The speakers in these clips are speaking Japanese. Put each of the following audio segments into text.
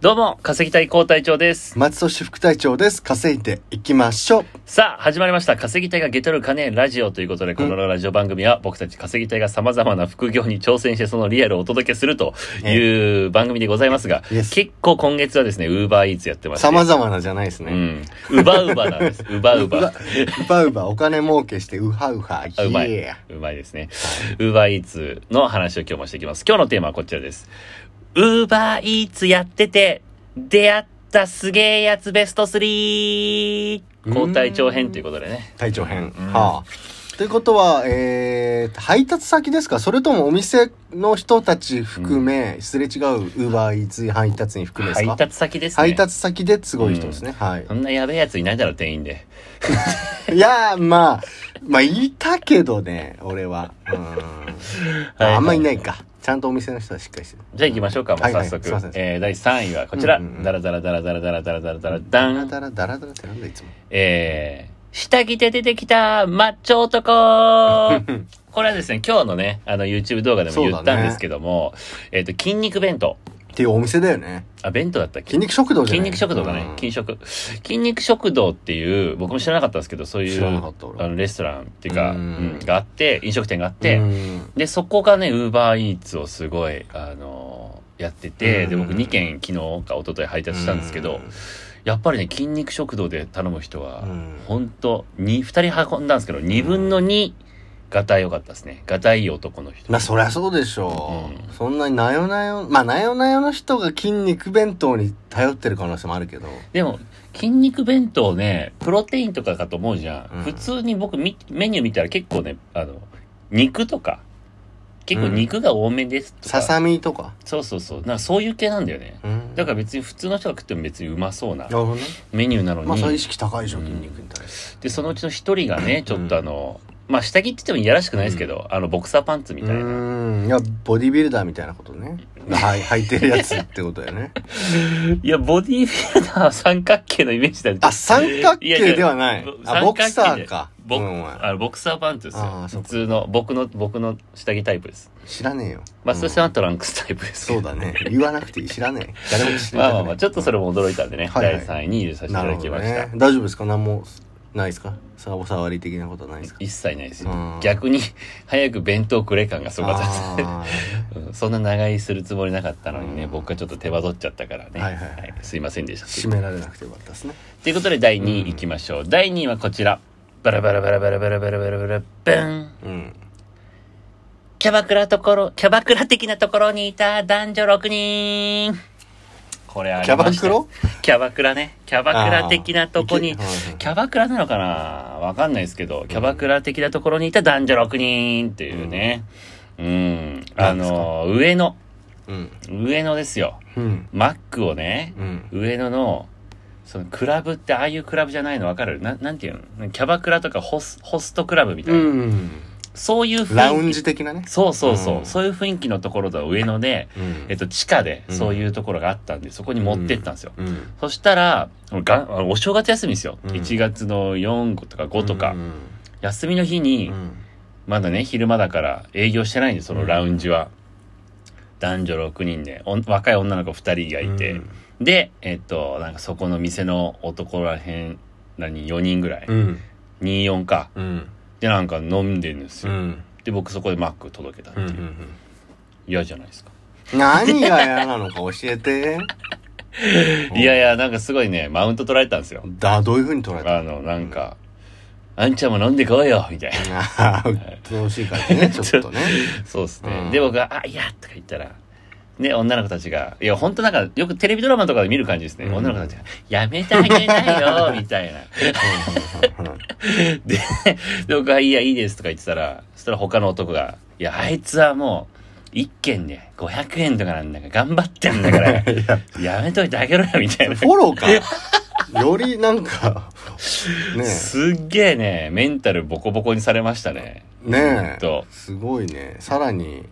どうも、稼ぎたい高隊長です。松戸市副隊長です。稼いでいきましょう。さあ、始まりました。稼ぎたいがゲトる金ラジオということで、このラジオ番組は僕たち稼ぎたいが様々な副業に挑戦してそのリアルをお届けするという番組でございますが、 Yes 結構今月はですね、ウーバーイーツやってまして。様々なじゃないですうね。ん。ウバウバなんです。ウバウバ。 うばうば、お金儲けして、うはうは、あうまい。イエーうまいですね。ウーバーイーツの話を今日もしていきます。今日のテーマはこちらです。ウーバーイーツやってて、出会ったすげえやつベスト 3! 交代長編ということでね。隊長編。うんはあ。ということは、えー、配達先ですかそれともお店の人たち含め、すれ違うウーバーイーツ配達員含めです配か達先ですね。配達先ですごい人ですね。はいそ。んなやべえやついないだろ、店員で。いやー、まあ、まあ、いたけどね、俺は。うん。あんまいないか。ちゃんとお店の人はしっかりしてる。じゃあ行きましょうか、もうはいは早い速。すいませんえー、第3位はこちら。うんうんうんダラダラダラダラダラダラダラダラダン。だらだらだらってなんだいつも。えー、下着で出てきたマッチョ 男これはですね、今日のね、あの YouTube 動画でも言ったんですけども、えっ、と、筋肉弁当。っていうお店だよね。あ、弁当だったっけ筋肉食堂じゃ筋ない肉食堂だねう。ん筋食。筋肉食堂っていう、僕も知らなかったんですけど、そうい知う、らあなかった俺の、レストランっていうか、ううんん、があって、飲食店があって、うんで、そこがね、ウーバーイーツをすごい、あのーやってて、で、うん僕2軒昨日か一昨日配達したんですけど、やっぱりね、筋肉食堂で頼む人は、うんほんと、に、二人運んだんですけど、二分の二、がたい良かったですね。がたいい男の人。まあそりゃそうでしょう、うんそんなになよなよまあなよなよの人が筋肉弁当に頼ってる可能性もあるけどでも、筋肉弁当ね、プロテインとかかと思うじゃん。うん普通に僕み、メニュー見たら結構ね、あの、肉とか、結構肉が多めですとか、ささみとか、そうそうそう。なんかそういう系なんだよね。うんだから別に普通の人が食っても別にうまそうななるほどねメニューなのに、まあそういう意識高いでしょうん筋肉に対して、でそのうちの一人がねちょっとうあんの、まあ下着って言ってもいやらしくないですけど、あのボクサーパンツみうたいな、んいやボディビルダーみたいなことねはい履いてるやつってことだよねいやボディービルダーは三角形のイメージだねあ三角形ではないやいいやあ三角ボ形クでサーかボ,、うんお前あのボクサーパンツですよあーそ普うか通の僕の僕の下着タイプです知らねえよマストさんうはんトランクスタイプです、そうだ ね言わなくていい知らねえ誰も知りまあたまくなあいまあちょっとそれも驚いたんでね、はいはい第3位に入れさせていただきました、ね、大丈夫ですか何もないですかさお触り的なことないですか一切ないですようん逆に早く弁当くれ感がすごかったですあうんそんな長居するつもりなかったのにね、うん僕がちょっと手間取っちゃったからね、はいはいはいすいませんでしたー締められなくてよかったですねということで第2位いきましょう、第2位はこちらバラバラバラバラバラバラバラバラバンうんキャバクラところキャバクラ的なところにいた男女6人これありましたキャバクキャバクラねキャバクラ的なとこあにーいけはいはいキャバクラなのかなわかんないですけどキャバクラ的なところにいた男女6人っていうねうん、あの上野うん上野ですようんマックをね、うん上野の、そのクラブってああいうクラブじゃないのわかるななんていうのキャバクラとかホスホストクラブみたいな。うんそういうラウ雰囲ン気。ジ的なねそうそうそう、うんそういう雰囲気のところだ上野で、うんえっと、地下でうんそういうところがあったんで、そこに持ってったんですよ。うんそしたら、がお正月休みですよ。うん1月の4とか5とか、うん休みの日に、うんまだね、昼間だから営業してないんで、そのラウンジは。男女6人で、おん若い女の子2人がいて、で、えっと、なんかそこの店の男らへん、何、4人ぐらい、うん2、4か。うんで、なんか飲んでるんですうよ。んで、僕そこでマック届けたってういんうう。ん嫌じゃないですか。何が嫌なのか教えて いやいや、なんかすごいね、マウント取られたんですよ。だどういうふうに捉えたあの、なんか、あんちゃんも飲んでこいよみたい な。 ああうっとうしい感じねちょっとねそうですね。うんで、僕が、あ、いやとか言ったら、ね、女の子たちが、いや、ほんとなんか、よくテレビドラマとかで見る感じですね。うん女の子たちが、やめてあげない よみたいな。うんうんうんで、で僕が、いや、いいですとか言ってたら、そしたら他の男が、いや、あいつはもう、一件で500円とかなんだから頑張ってんだから、 やめといてあげろよ、みたいな。フォローか。 よりなんか、ねすっげえね、メンタルボコボコにされましたね。え、ねほんえと、すごいね。さらに、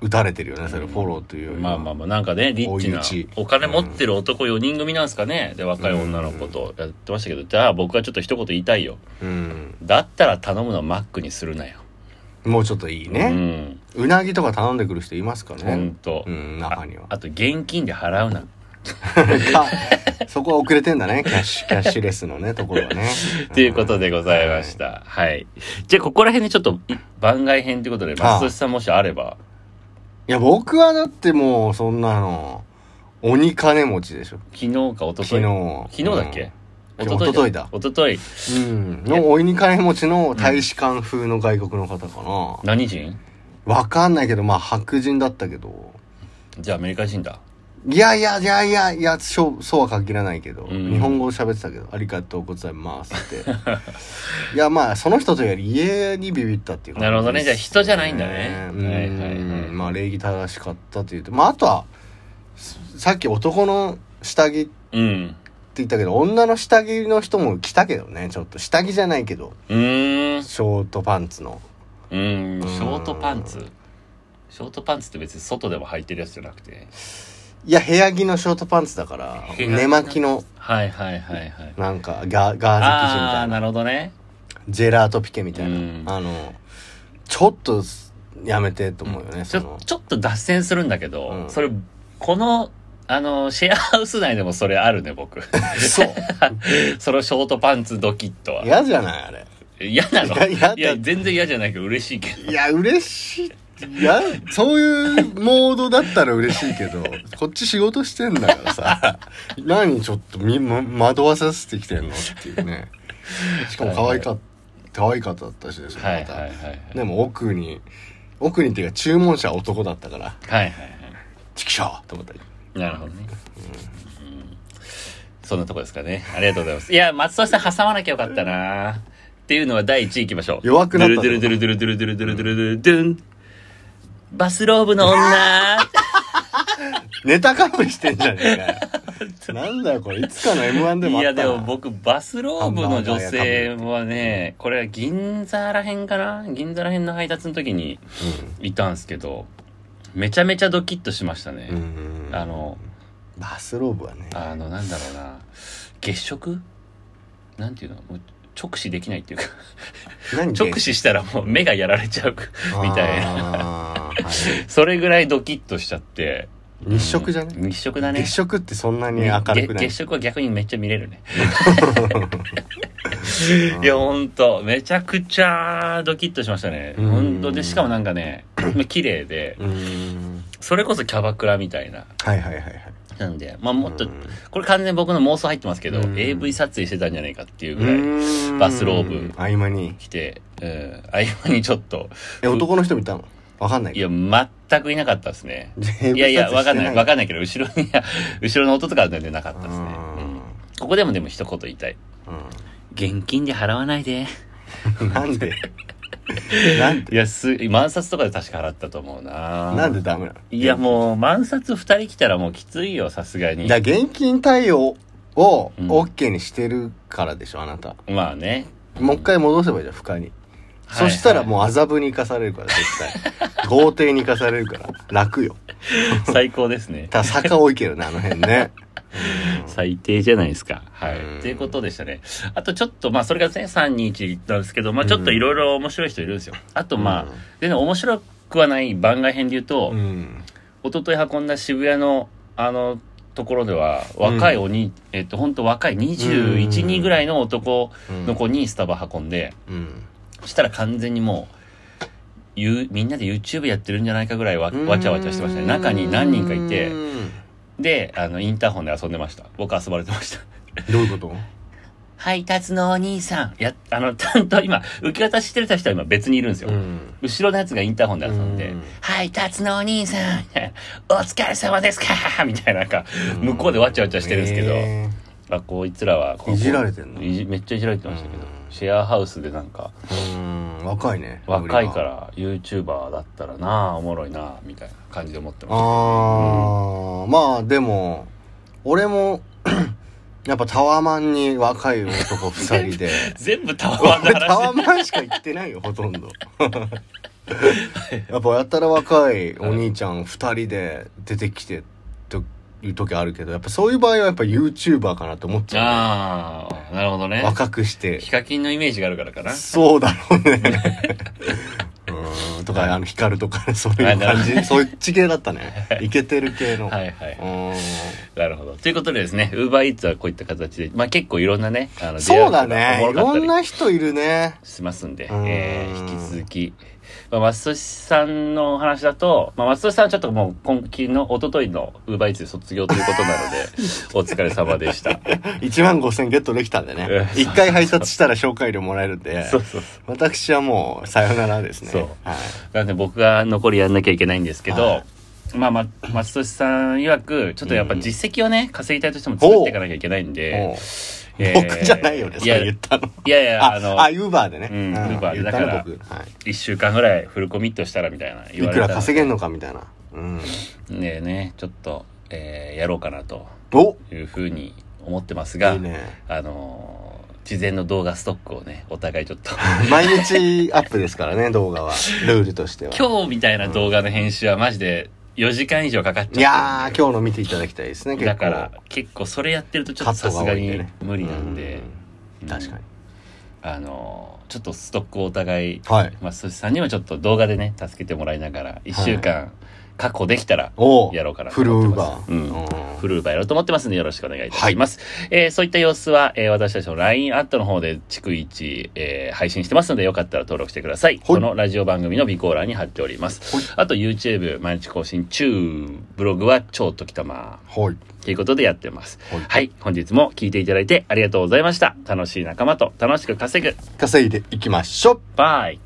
打たれてるよね、それ、フォローというよりはまあまあまあ、なんかね、リッチな追い打ち、お金持ってる男4人組なんですかね。で、若い女の子とやってましたけど、じゃあ僕はちょっと一言言いたいよ。うん。だったら頼むのはマックにするなよ。もうちょっといいうね。ん。うなぎとか頼んでくる人いますかほねん。とう。ん、中には。あと、現金で払うな。そこは遅れてんだね。キャ ッシュ、キャッシュレスのね、ところはね。ということでございました。はい。じゃあ、ここら辺でちょっと番外編ということで、ああ松俊さんもしあれば。いや、僕はだってもう、そんなの、鬼金持ちでしょ。昨日か一昨日昨日。昨日だっけ、うん一昨日一昨日うん。の、鬼金持ちの大使館風の外国の方か何人な。わかんないけど、まあ、白人だったけど。じゃあアメリカ人だいやいやいやいやいや、そう、そうは限らないけど、うん日本語喋ってたけど、ありがとうございます って。いや、まあ、その人というより家にビビったっていう感なるほどねですじゃあ人じゃないんだねうんはいはいはいまあ、礼儀正しかったというと、まあ、あとは、さっき男の下着ってうん言ったけど、女の下着の人も来たけどね、ちょっと下着じゃないけど、うーんショートパンツの。うーんショートパンツショートパンツって別に外でも履いてるやつじゃなくていや、部屋着のショートパンツだから、部屋着寝巻きの、はいはいはいはいなんかガ、ガーゼ生地みたああいなな。るほどねジェラートピケみたいな、うんあのちょっとやめてと思うよね、ちそのょちょっと脱線するんだけど、うんそれこのあのシェアハウス内でもそれあるね僕そう そのショートパンツドキッとは嫌じゃないあれ嫌ないやの嫌だいや全然嫌じゃないけど嬉しい けどいや嬉しいいやそういうモードだったら嬉しいけどこっち仕事してんだからさ 何ちょっとみ、ま、惑わさせてきてんのっていうねしかも可愛かった、可愛かっただったしですねはいまたはいはいはいでも奥に奥にっていうか注文者は男だったからはいはいはいチキショーと思ったりなるほどね。うんそんなとこですかね。ありがとうございます。いや、松戸さん挟まなきゃよかったなっていうのは第一位いきましょう。弱くなったドゥルドゥルドゥルドゥルドゥルドゥルドゥルドゥルドゥン。バスローブの女ネタかぶりしてんじゃねえかよ。 なんだよ、これ。いつかの M1 でもいあや、ったでな。も僕、バスローブの女性はね、これは銀座らへんかな銀座らへんの配達の時にいたんすけど、めちゃめちゃドキッとしましたうん。うね。んあ、の、バスローブはね。あの、なんだろうな。月食なんていうのもう直視できないっていうか。何直視したらもう目がやられちゃうみたいな。な。それぐらいドキッとしちゃって。日食じゃねうん日食だね。月食ってそんなに明るくなげい月。食は逆にめっちゃ見れる ね。いや、ほんと、めちゃくちゃドキッとしましたね。うんほんとで、しかもなんかね、まあ綺麗で、うん。それこそキャバクラみたいな。はいはいはいはい。なんで、まあもっとう、んこれ完全に僕の妄想入ってますけどう、ん AV 撮影してたんじゃないかっていうぐらいうんバスローブ合間に。来て、うん、合間にちょっと、え、男の人見たのわかんないいけど。や、全くいなかったですね。いやいや、わかんない、わかんないけど、後ろに、い や後ろの音とかは全然なかったですね。うんここでもでも一言言いたい。現金で払わないで。うん。なんでなんい でや、す、万札とかで確か払ったと思うななんでダメなのいや、もう、万札二人来たらもうきついよ、さすがにだ。現金対応をうん OK にしてるからでしょ、あなた。まあね。もう一回戻せばいいじゃん、深に。はいはそいしたらもう麻布に行かされるから、絶対。 豪邸に行かされるから、楽よ。最高ですね。ただ坂多いけどね、あの辺 ね。最低じゃないですか。はいうん。ということでしたね。あとちょっと、まあそれがね、321なんですけど、まあちょっといろいろ面白い人いるんですよ。あとまあ、うんでね、面白くはない番外編で言うと、うん。一昨日運んだ渋谷の、あの、ところでは、若いおに、えっと、本当若い21、うん2ぐらいの男うんの子にスタバ運んで、うん。そしたら完全にもう、ゆみんなで YouTube やってるんじゃないかぐらいわわちゃわちゃしてましたね。中に何人かいてう、んで、あの、インターホンで遊んでました。僕遊ばれてました。どういうこと配担のお兄さん。や、あの、ちゃんと今、受け渡ししてる人は今別にいるんですよ。ん。後ろのやつがインターホンで遊んでうん、配達のお兄さん、みたいなお疲れ様ですかみたいな、なんか、向こうでわちゃわちゃしてるんですけど、えあこいつらは、こういじられてんのいじめっちゃいじられてましたけどうん、シェアハウスでなんか、ーうん、若いね。若いかノら YouTuber だったらなあおもろいなあみたいな感じで思って リが。ましあー、まあでも、俺も、 やっぱタワマンに若い男二人で。 た。全部タワー俺のタワ話。マンしか行ってないよほとんどやっぱやたら若いお兄ちゃん2人で出てきてという時あるけどやっぱそういう場合はやっぱ YouTuber かなと思っちゃああ、なるほどうねね。 若くしてヒカキンのイメージがあるからかな。 そうだろうねうーんとか、あの、光とか、そういう感あなじ。そっち系だったね。イケてる系の。。はいはいうーんなるほど。ということでですね、ウーバーイーツはこういった形で、まあ結構いろんなね、あの、そうだ出ね。会いいとかおもろろんかったな人いるね。 りしますんで、うんえー引き続き、まあ、松俊さんのお話だと、まあ、松俊さんはちょっともう今期の、一昨日のウーバーイーツ卒業ということなの で、お疲れ様でした。 1万5千ゲットできたんでねうん。一回配達したら紹介料もらえるんで。 そうそうそう。私はもう、さよならですね。そうはい。なんで僕が残りやんなきゃいけないんですけど、はまあまあ、松俊さん曰く、ちょっとやっぱ実績をね、稼ぎたいとしても作っていかなきゃいけないんでも、うえー僕じゃないよね、それ言ったの。いやいや、あ、ああの、ウーバーでね。うん Uber で言っだかたらの僕。は一週間ぐらいフルコミットしたらみたいな言い。いわれくたら稼げんのかみたいな。うん。ねえねちょっと、えーやろうかなとおいうふうに思ってますがいいね。あのー事前の動画ストックをねお互いちょっと 毎日アップですからね、 動画は。ルールとしては。今日みたいな動画の編集はマジで4時間以上かかっちゃっていやー、今日の見ていただきたいですね、結だ構。から結構それやってるとちょっカとッさトがす多がいんでにね。無理なんで、うん。確かに。あのーちょっとストックをお互いはい。松俊さんにはちょっと動画でね助けてもらいながら1週間確保できたらおやろうかなとフル思ウっーてまバすー。うんフルーバーやろうと思ってますんでよろしくお願いいたします。えーそういった様子は、えー私たちの LINE アットの方で逐一、えー配信してますのでよかったら登録してください。このラジオ番組の備考欄に貼っております。はいあと YouTube 毎日更新中、ブログは超ときたまはい。ということでやってます。はいはい、本日も聞いていただいてありがとうございました。楽しい仲間と楽しく稼ぐ。稼いでいきましょうバイ